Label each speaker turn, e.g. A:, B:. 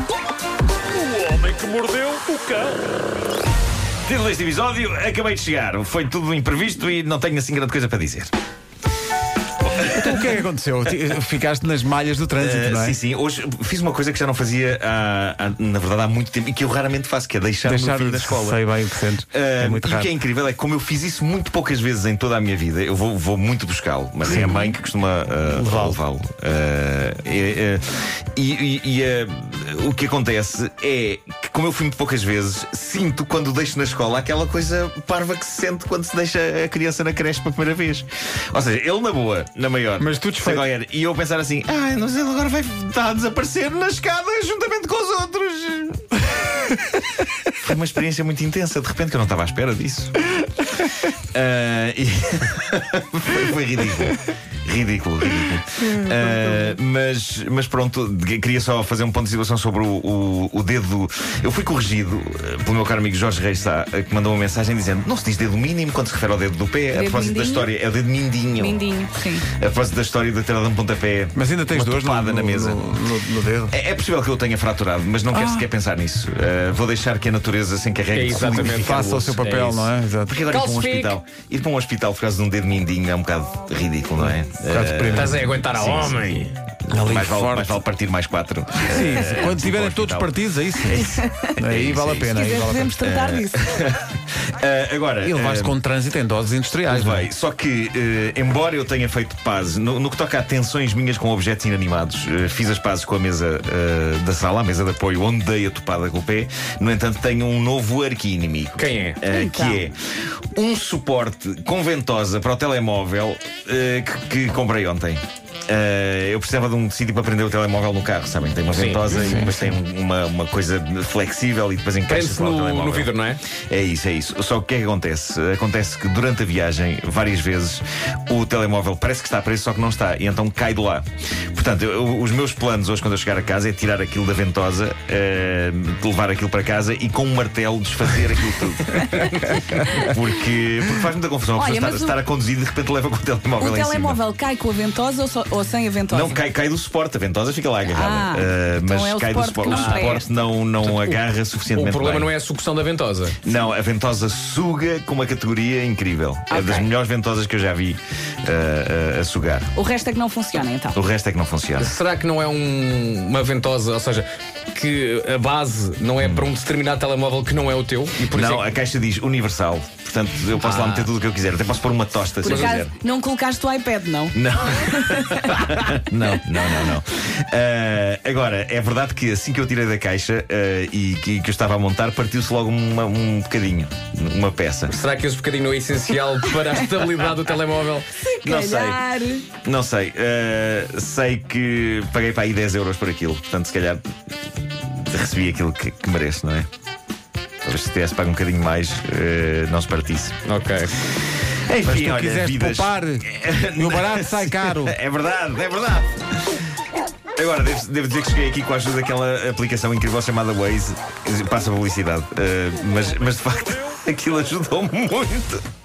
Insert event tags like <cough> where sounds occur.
A: O homem que mordeu o cão.
B: Título deste episódio, acabei de chegar. Foi tudo imprevisto e não tenho assim grande coisa para dizer.
C: Então o que é que aconteceu? Ti- Ficaste nas malhas do trânsito,
B: Ah,
C: não é?
B: Sim, sim. Hoje fiz uma coisa que já não fazia, há- há- na verdade, há muito tempo e que eu raramente faço, que é deixar, o meu filho na escola.
C: Sei bem o que sentes. é
B: Ah,
C: muito
B: e o
C: raro.
B: que é incrível é que, como eu fiz isso muito poucas vezes em toda a minha vida, eu vou, vou muito buscá-lo, mas é a mãe que costuma ah,
C: Levá-lo.
B: levá-lo. Ah, é, é, e e- e, ah, o que acontece é que, como eu fui muito poucas vezes, sinto quando o deixo na escola aquela coisa parva que se sente quando se deixa a criança na creche pela primeira vez. Ou seja, ele na boa, na maior.
C: Mas tu desfeito.
B: Sei qual era. E eu pensar assim, ah, não sei, ele agora vai estar a desaparecer na escada juntamente com os outros. Foi uma experiência muito intensa, de repente, que eu não estava à espera <laughs> disso. Ah, e- foi, foi ridículo. Ridículo, ridículo.
D: Hum.
B: Ah, mas, mas pronto, de- queria só fazer um ponto de situação sobre o, o- o dedo. Eu fui corrigido eh, pelo meu caro amigo Jorge Reis Sá, eh, que mandou uma mensagem dizendo: não se diz dedo mínimo quando se refere ao dedo do pé. a
D: Dedo
B: propósito da
D: mindinho?
B: história, é o dedo mindinho.
D: Lindinho, sim.
B: A propósito da história da tirada de um pontapé.
C: Mas ainda tens
B: uma
C: duas no,
B: topada
C: no,
B: na mesa.
C: no- no- no dedo.
B: É é possível que eu o tenha fraturado, mas não
D: Ah.
B: quero sequer pensar nisso. Uh, vou deixar que a natureza se encarregue
A: É
B: de
A: exatamente.
B: solidificar
C: Faça o
B: osso.
C: seu papel,
A: isso.
C: não é? Exato.
B: Porque agora ir para um
D: Calcifique.
B: hospital, ir para um hospital por causa de um dedo mindinho é um bocado ridículo, não é?
C: Um bocado
B: Uh,
C: deprimente.
A: Estás a aguentar a
B: Sim,
A: homem.
C: Ali
B: mais, vale,
C: forte.
B: mais vale partir mais quatro.
C: Sim, sim.
B: Uh,
C: Quando
B: sim,
C: tiverem
B: para o
C: todos
B: hospital.
C: partidos, é isso. Aí
B: isso,
C: vale
B: é
C: a
B: isso.
C: pena. aí vale
E: Quiser,
C: a pena.
E: podemos tratar disso.
B: Uh, agora.
C: E levaste
B: uh,
C: com trânsito em doses industriais. não é?
B: Bem, só que, eh, embora eu tenha feito paz, no, no que toca a tensões minhas com objetos inanimados, eh, fiz as pazes com a mesa eh, da sala, a mesa de apoio, onde dei a topada com o pé. No entanto, tenho um novo arqui-inimigo.
A: Quem é?
B: Eh,
E: Então.
B: Que é um suporte com ventosa para o telemóvel eh, que, que comprei ontem. Eh, eu precisava de um sítio para prender o telemóvel no carro, sabem? Tem uma
A: Sim.
B: ventosa e depois tem uma, uma coisa flexível e depois encaixa
A: Prende-se
B: para o
A: no,
B: telemóvel.
A: no vidro, não é?
B: É isso, é isso. Só que o que é que acontece? Acontece que durante a viagem, várias vezes, o telemóvel parece que está preso, só que não está, e então cai de lá. Portanto, eu- os meus planos hoje, quando eu chegar a casa, é tirar aquilo da ventosa, eh, levar aquilo para casa e com um martelo desfazer aquilo
E: <laughs>
B: tudo. porque, porque faz muita confusão a pessoa
E: Olha,
B: estar,
E: mas o-
B: estar a conduzir e de repente leva com o telemóvel
E: O
B: em
E: Um telemóvel cai com a ventosa ou, só- ou sem a ventosa?
B: cima. Não, cai, cai do suporte, a ventosa fica lá agarrada.
E: Ah,
B: Eh,
E: então
B: mas
E: é o
B: cai do suporte.
E: suporte que
B: O
E: não
B: suporte
E: presta.
B: não, não agarra
A: O
B: suficientemente
A: problema
B: bem.
A: não é a sucção da ventosa.
B: Não, a ventosa suga com uma categoria incrível. É
A: Ok.
B: das melhores ventosas que eu já vi uh, uh, a sugar.
E: O resto é que não funciona então.
B: O resto é que não funciona.
A: Será que não é um- uma ventosa, ou seja, que a base não é para um determinado telemóvel que não é o teu? E por isso
B: não,
A: é Ah.
B: a caixa diz universal. Portanto, eu posso lá meter tudo o que eu quiser. Até posso pôr uma tosta
E: Por
B: se eu
E: acaso,
B: quiser.
E: não colocaste o iPad, não?
B: Não. <laughs> não, não, não, não. Ah, agora, é verdade que assim que eu tirei da caixa ah, e que, que eu estava a montar, partiu-se logo uma- um bocadinho, uma peça.
A: Será que esse bocadinho não é essencial para a estabilidade do telemóvel?
B: Não sei.
E: Calhar.
B: Não sei. eh, sei que paguei para aí 10 euros por aquilo. Portanto, se calhar recebi aquilo que, que mereço, não é? Talvez se tivesse pago um bocadinho mais, eh, não se partisse.
A: Ok.
B: Enfim,
C: Mas tu
B: olha,
C: quiseste
B: vidas- <laughs>
C: poupar. E o barato sai caro.
B: É verdade, é verdade. Agora, devo, devo dizer que cheguei aqui com a ajuda daquela aplicação incrível chamada <laughs> Waze. Passa publicidade. Eh, mas, mas de facto, aquilo ajudou muito.